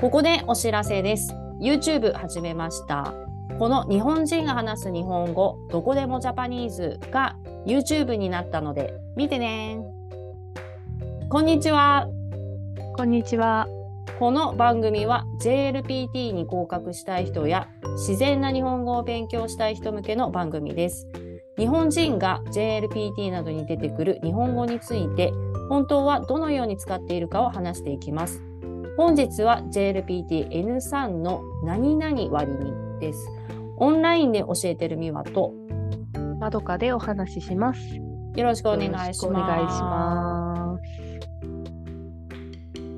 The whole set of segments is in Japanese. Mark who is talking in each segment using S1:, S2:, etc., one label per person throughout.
S1: ここでお知らせです YouTube 始めましたこの日本人が話す日本語どこでもジャパニーズが YouTube になったので見てねこんにちは
S2: こんにちは。
S1: この番組は JLPT に合格したい人や自然な日本語を勉強したい人向けの番組です。日本人が JLPT などに出てくる日本語について本当はどのように使っているかを話していきます。本日は JLPTN3 の何々割にです。オンラインで教えてるミワと
S2: まどかでお話しします。
S1: よろしくお願いし
S2: よろ
S1: ま
S2: し
S1: す。
S2: くお願いします。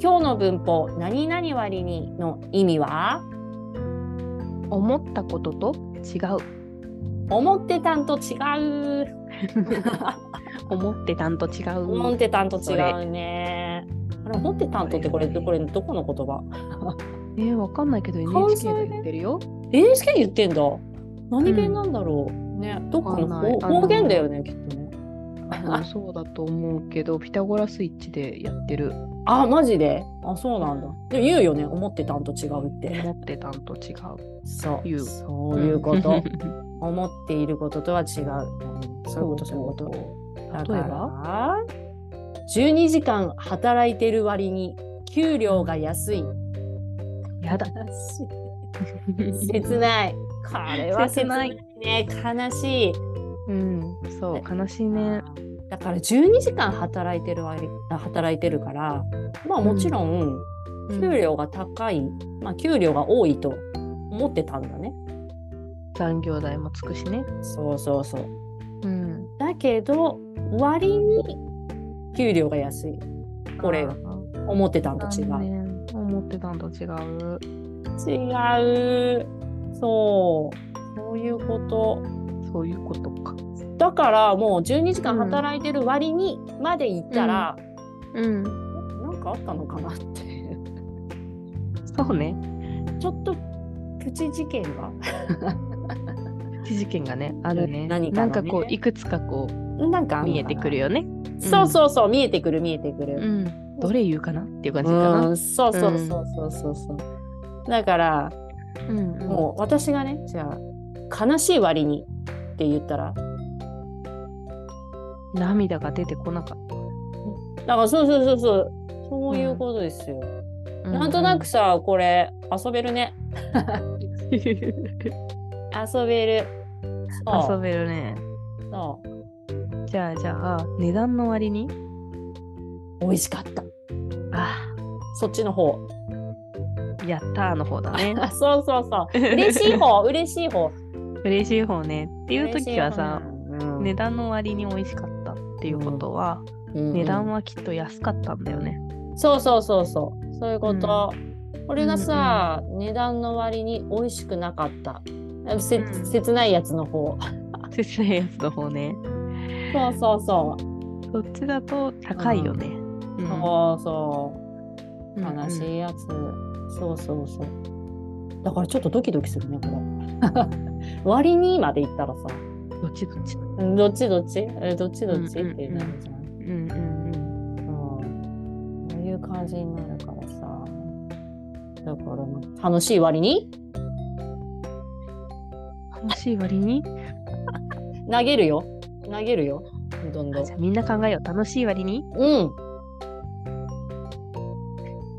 S1: 今日の文法何々割にの意味は
S2: 思ったことと違う。
S1: 思ってたんと違う。
S2: 思ってたんと違う。
S1: 思ってたんと違
S2: それ
S1: うね。あれ、思ってたんとってこれ、
S2: それそれ
S1: これどこの言葉
S2: えー、わかんないけど
S1: 関西
S2: NHK
S1: 弁
S2: で言ってるよ。
S1: ?NHK で言ってんだ。何弁なんだろう、ね、どっか
S2: わか
S1: の
S2: んない
S1: 方
S2: あの
S1: 方言だよね、きっとね。
S2: うん そうだと思うけど、ピタゴラスイッチでやってる。
S1: あ、マジであ、そうなんだ。でも言うよね、思ってたんと違うって。
S2: 思ってたんと違う。
S1: そう。
S2: 言う
S1: そういうこと。
S2: ん
S1: 思っていることとは違う。そういうこと、そういうこと。だか
S2: 例え
S1: ら、12時間働いてる割に給料が安 い。
S2: やだ。
S1: 切ない。これは切ないね。悲しい。
S2: うん、そう、悲しいね。
S1: だから12時間働いてる割働いてるから、まあもちろん給料が高い、まあ給料が多いと思ってたんだね。
S2: 残業代もつくしね。
S1: そうそうそう。
S2: うん。
S1: だけど割に給料が安い。これが思ってたんと違
S2: 残
S1: う。
S2: 念思ってたんと違う。
S1: 違う。そう。そういうこと。
S2: そういうことか。
S1: だからもう12時間働いてる割にまで行ったら、
S2: うん。
S1: なんかあったのかなって。
S2: そうね。
S1: ちょっとプチ事件が。
S2: 一事件がね、あるね。
S1: 何か
S2: な
S1: の
S2: ん
S1: ね
S2: かこう、いくつかこう、
S1: なんかあんのかな
S2: 見えてくるよね。
S1: そうそうそう、見えてくる見えてく
S2: う
S1: る。
S2: ん。どれ言うかなっていう感じか
S1: う
S2: な。
S1: ん、そうそうそうそうそうそう。だから、
S2: うん。も
S1: もう私がね、じゃあ悲しい割にって言ったら、
S2: う、涙が出てこなかっ
S1: だからそうそうそうそう、そういうことですよ。
S2: た。
S1: なんとなくさ、これ遊べるね、
S2: うん。遊
S1: 遊べる。そう
S2: べるね。
S1: そう。
S2: じゃあ、じゃあ、値段の割に
S1: 美味しかった。
S2: あ
S1: そっちの方。
S2: あ、やったーの方だね。
S1: あそうそうそう。嬉しい方、嬉しい方。
S2: 嬉しい方ね。っていう時はさ、
S1: 嬉しい方な、うん
S2: 値段の割に美味しかったっていうことは、
S1: うん
S2: 値段はきっと安かったんだよね。
S1: そうそうそうそうそういうこと、これがさ、値段の割に美味しくなかったせ、
S2: うん
S1: 切ないやつの方
S2: 切ないやつの方ね。
S1: そうそうそう、
S2: そっちだと高いよね。うん
S1: そうそう
S2: うんうん
S1: 悲しいやつ、そうそうそうだからちょっとドキドキするねこれ 割にまで言ったらさ
S2: どっちどっち。う
S1: どっちどっちえどっちどっち、
S2: うんうんうん
S1: ってなるじゃん、
S2: んうん
S1: うん、そういう感じになるからさだからまあ楽しい割に
S2: うん。楽しい割に。
S1: 投げるよ投げるよどんど
S2: あ
S1: ん
S2: じゃあみんな考えよう。楽しい割に。
S1: うん。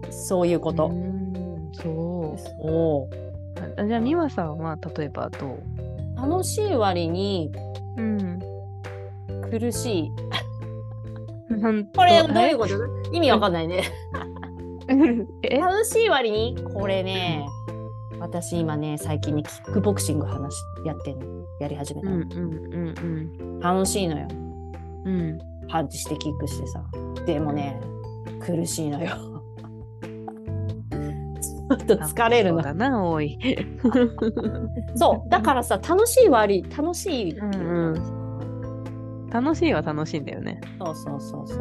S1: そういうこと。
S2: うんそ
S1: そう
S2: う。あじゃあ美和さんは例えばどう。
S1: 楽しい割に
S2: うん。
S1: 苦しい。
S2: なん
S1: これどう
S2: え
S1: いうこと意味わかんないね。
S2: え
S1: 楽しい割にこれね、私今ね、最近ね、キックボクシング話やってんの。やり始め
S2: う
S1: たの、
S2: んうんうん
S1: 楽しいのよ。
S2: うんうん。
S1: パンチしてキックしてさ。でもね、苦しいの よ。ちょっと疲れる
S2: そう
S1: の。
S2: だな多い。
S1: そう。だからさ、楽しい割、楽しい。
S2: うんう楽しいは楽しいんだよね。
S1: そうそうそうそう。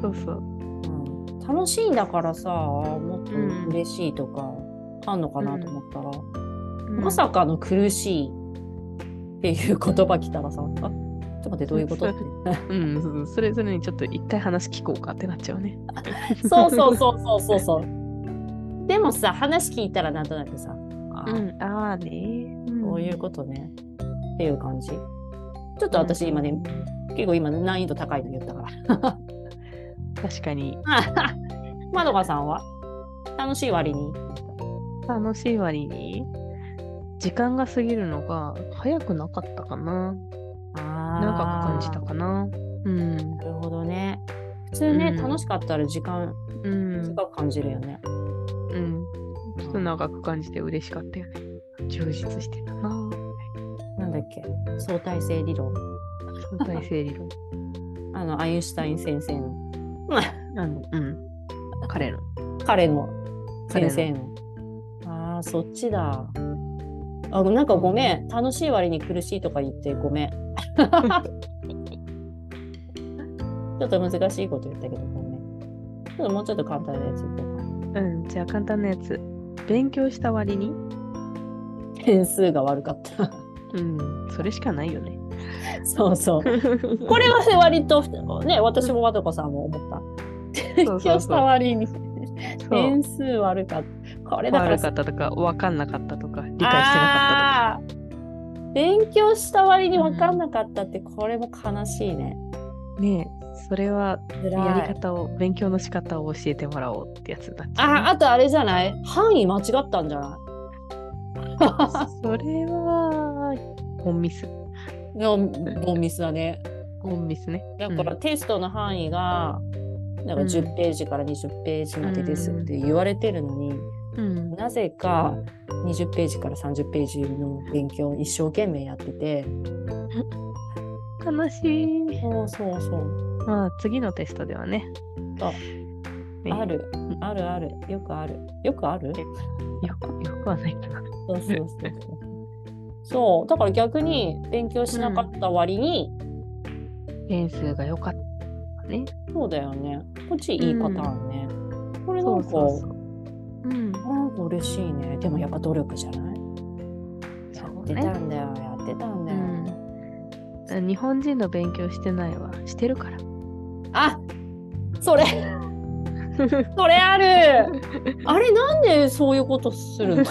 S2: そうそう。
S1: うん楽しいんだからさもっと
S2: うん
S1: 嬉しいとか、あんのかなと思ったら、
S2: うん
S1: まさかの苦しいっていう言葉来たらさあ ちょっと待ってどういうこと
S2: そううんそうそうそれぞ れにちょっと一回話聞こうかってなっちゃうね。
S1: そうそうそうそうそうそうでもさ話聞いたらなんとなくさあー、
S2: ん、ああね。
S1: こういうことねっていう感じちょっと私今ね、結構今難易度高いの言ったから
S2: 確かに
S1: まどかさんは楽しい割に
S2: 楽しい割に時間が過ぎるのが早くなかったかな長く
S1: 長
S2: 感じたかなうん
S1: なるほどね普通ね、
S2: うん
S1: 楽しかったら時間
S2: うん、
S1: 短く感じるよね、
S2: うん、ちょっと長く感じて嬉しかったよね充実してたな
S1: なんだっけ相対性理論
S2: 相対性 理論
S1: あのアインシュタイン先生の
S2: あのうん彼の
S1: 彼の先生のああそっちだあなんかごめん楽しい割に苦しいとか言ってごめん ちょっと難しいこと言ったけどごめんちょっともうちょっと簡単なやつ言って
S2: うんじゃあ簡単なやつ勉強した割に
S1: 点数が悪かった
S2: うんそれしかないよね
S1: そうそう こ
S2: こ
S1: れはね割とね私も和と子さんも思った
S2: れ
S1: 勉強した割に
S2: そう
S1: 点数悪かった。これだから
S2: 悪かったとか分かんなかったとか理解してなか
S1: あー勉強した割に分かんなかったって、これも悲しいね。
S2: ったとかねえそれは
S1: 辛い
S2: やり方を勉強の仕方を教えてもらおうってやつになっちゃうね、
S1: あ、あとあれじゃない範囲間違ったんじゃない
S2: それは本ミス
S1: のもうミスだね。
S2: 本ミスね
S1: だから
S2: うん
S1: テストの範囲が、なんか
S2: うん
S1: 10ページから20ページまでですって言われてるのに、
S2: うん
S1: なぜか20ページから30ページの勉強を一生懸命やってて、
S2: 悲しい
S1: そうそうそう、
S2: まあ次のテストではね
S1: そう
S2: ね
S1: ある、あるある、よくある、よくある
S2: よくよくはないかな
S1: そうそうそうそう。そうだから逆に勉強しなかった割に、
S2: 点数が良かったね
S1: そうだよねこっちいいパターンね、これなんか
S2: ううん
S1: なんか嬉しいねでもやっぱ努力じゃないや
S2: そう
S1: って
S2: ね
S1: たんだよ、やってたんだよ、
S2: うん日本人の勉強してないはして るから
S1: あそれそれある あれなんでそういうことするの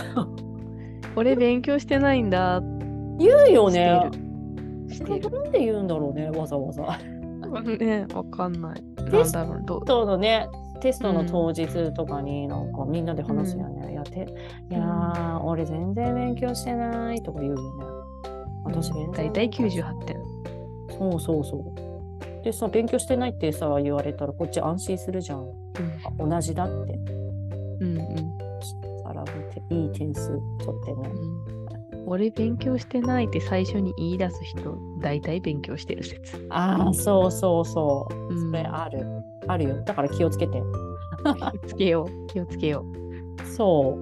S2: 俺勉強してないんだって
S1: 言うよね
S2: し
S1: これ
S2: ている
S1: なんで言うんだろうねわざわざ
S2: しているねわかんない
S1: テ
S2: な
S1: ス
S2: んだろうどう
S1: そうのねテストの当日とかになんかみんなで話すよね、いやていやー、俺全然勉強してないとか言うよね私勉強
S2: 大体98点
S1: そうそうそうでさ勉強してないってさ言われたらこっち安心するじゃんあ同じだって
S2: うんうん
S1: さらにいい点数取ってね
S2: うん俺勉強してないって最初に言い出す人大体勉強してる説
S1: ああそうそうそう
S2: うん
S1: それある、あるよだから気をつけて
S2: 気をつけよう気をつけよ
S1: そう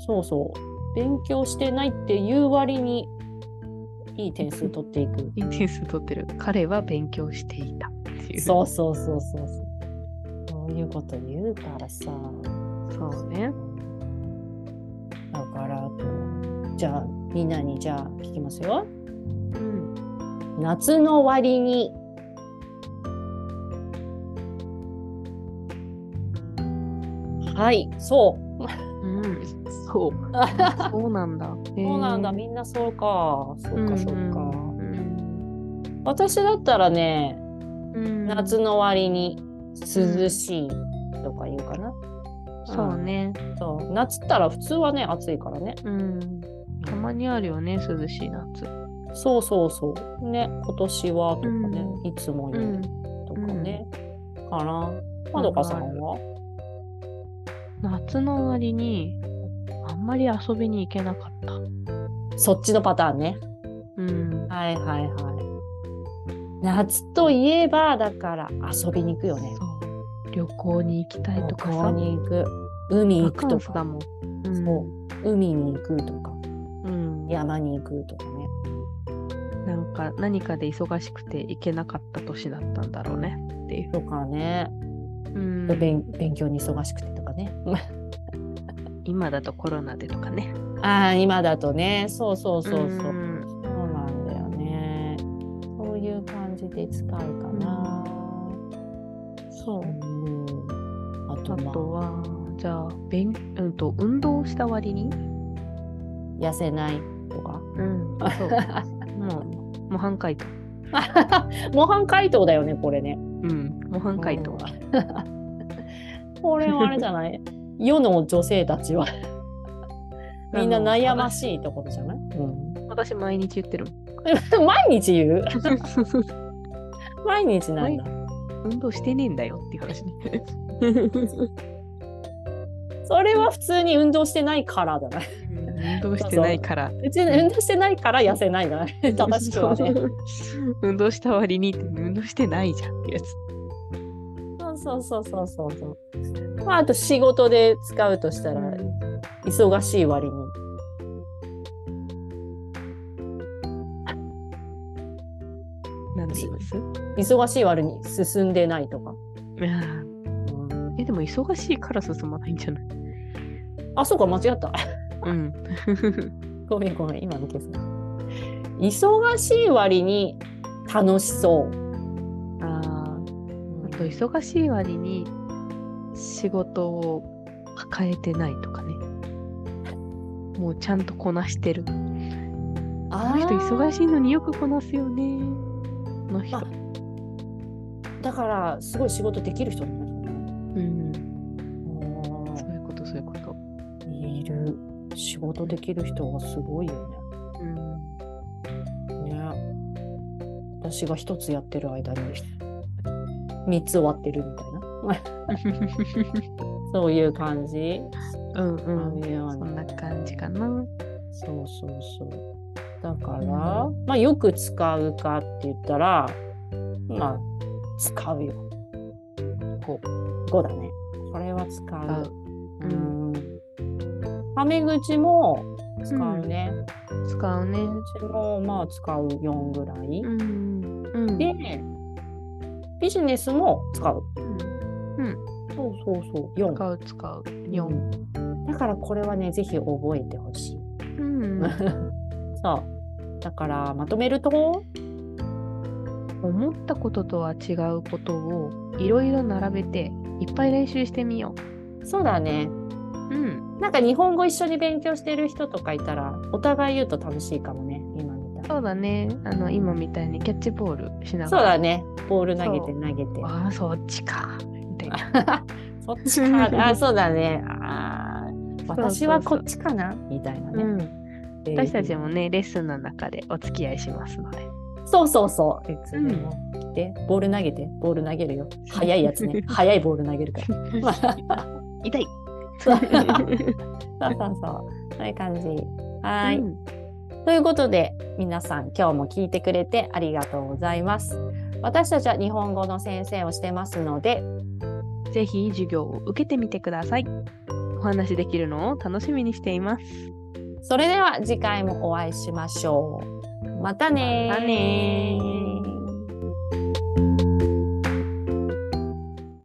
S1: そうそう勉強してないっていう割にいい点数取っていく
S2: ういい点数取ってる彼は勉強していたっていう
S1: そうそうそうそうそうそういうこと言うからさ
S2: そうね
S1: だからじゃあみんなにじゃあ聞きますよ
S2: うん
S1: 夏の終わりにはいそう
S2: うん そうそうなんだ
S1: そうなんだ
S2: へー
S1: みんなそうかそうかそうか、
S2: うん
S1: 私だったらね
S2: うん
S1: 夏の終わりに涼しいとか言うかな。
S2: そうね
S1: そう夏ったら普通はね暑いからね。
S2: うんたまにあるよね涼しい夏
S1: そうそうそう。ね今年はとかね、
S2: う
S1: いつもよりとかね。かな。まどかさんは
S2: 夏の終わりにあんまり遊びに行けなかった
S1: そっちのパターンね。
S2: うん
S1: はいはいはい。夏といえばだから遊びに行くよね。
S2: そう旅行に行きたい
S1: 旅
S2: とか
S1: 行
S2: さ
S1: に行く。海行
S2: バ
S1: く
S2: カ
S1: と
S2: ンスだ
S1: か。
S2: もん。
S1: そう海に行くとか
S2: うん。いや、
S1: 山に行くとかね。
S2: なんか何かで忙しくて行けなかった年だったんだろうねっていう。
S1: とかね、
S2: うん
S1: 勉勉強に忙しくてとかね。
S2: 今だとコロナでとかね。
S1: ああ今だとねそうそうそうそう、
S2: ん
S1: そうなんだよねそういう感じで使うかな、
S2: そうう。
S1: ん、あと
S2: あ
S1: まあ
S2: とは、じゃあ、べんうんと、運動した割に、
S1: 痩せないとか。
S2: うん、そう。もう、模範解答。
S1: 模範解答だよね、これね。
S2: うん、模範解 答。
S1: うん。これは あれじゃない世の女性た ちはみんな悩ましいってことじゃない、う
S2: 私、私毎日言ってるもん。
S1: ん、 毎日言 う毎日なんだ。
S2: 運動してねえんだよっていう話ね。
S1: それは普通に運動してないからじゃない
S2: 運動してないから。
S1: うち運動してないから痩せないじゃない正しくはね。
S2: 運動した割に運動してないじゃんってやつ。
S1: そうそうそうそうそう。まあ、あと仕事で使うとしたら、忙しい割に。
S2: なんで言います
S1: 忙しい割に進んでないとか。
S2: え、でも忙しいから進まないんじゃない
S1: あ、そうか、間違った。
S2: うん。
S1: ごめんごめん、今のケース。忙しい割に楽しそう。
S2: あーあと、忙しい割に仕事を抱えてないとかね。もうちゃんとこなしてる。あ
S1: あ
S2: の人忙
S1: い。
S2: しいのによくこなすよね。あの人
S1: あ。だから、すごい仕事できる人になるの
S2: うん。
S1: か
S2: そういうこと、そういうこと。
S1: な。いる。仕事できる人はすごいよ
S2: うん。
S1: ね。ね。私が一つやってる間に三つ終わってるみたいな。 そういう感じ。
S2: うんうん。そ
S1: そ
S2: んな感じかな。
S1: そうそうそう。だから、まあよく使うかって言ったら、まあ使うよ。
S2: こう。
S1: 5だね。これは使う。
S2: 合う
S1: う
S2: うん
S1: ん。タメ口も使うね。
S2: 使う
S1: タ。
S2: ね
S1: メ口もまあ使う4ぐらい。
S2: うん。うん。
S1: で、ビジネスも使う。
S2: うん、
S1: そうそうそう。4。
S2: 使う使う。
S1: う
S2: 4。
S1: んだからこれはね、ぜひ覚えてほしい。
S2: うん。
S1: そう。だからまとめると、
S2: 思ったこととは違うことをいろいろ並べていっぱい練習してみよ
S1: そうだね。
S2: う。うん。
S1: なんか日本語一緒に勉強してる人とかいたらお互い言うと楽しいかもね今みたい
S2: そうだね。あの、今みたいにキャッチボールし
S1: な
S2: なが
S1: そう
S2: ら。
S1: だねボール投げて投げて
S2: ああ、そっちか。みたいな。
S1: そっちかあそうだねあー私はこっちかなみたいな
S2: う
S1: ね、
S2: ん。
S1: えー
S2: 私たちもね、レッスンの中でお付き合いします ので。
S1: そうそうそういつでも来て、ボール投げてボール投げるよ速いやつ ね速いボール投げるから
S2: 痛い。
S1: そうそうそうそういう感じはーい、
S2: うん
S1: ということで皆さん今日も聞いてくれてありがとうございます。私たちは日本語の先生をしてますので
S2: ぜひ授業を受けてみてください。お話しできるのを楽しみにしています。
S1: それでは次回もお会いしましょう。またねー
S2: またねー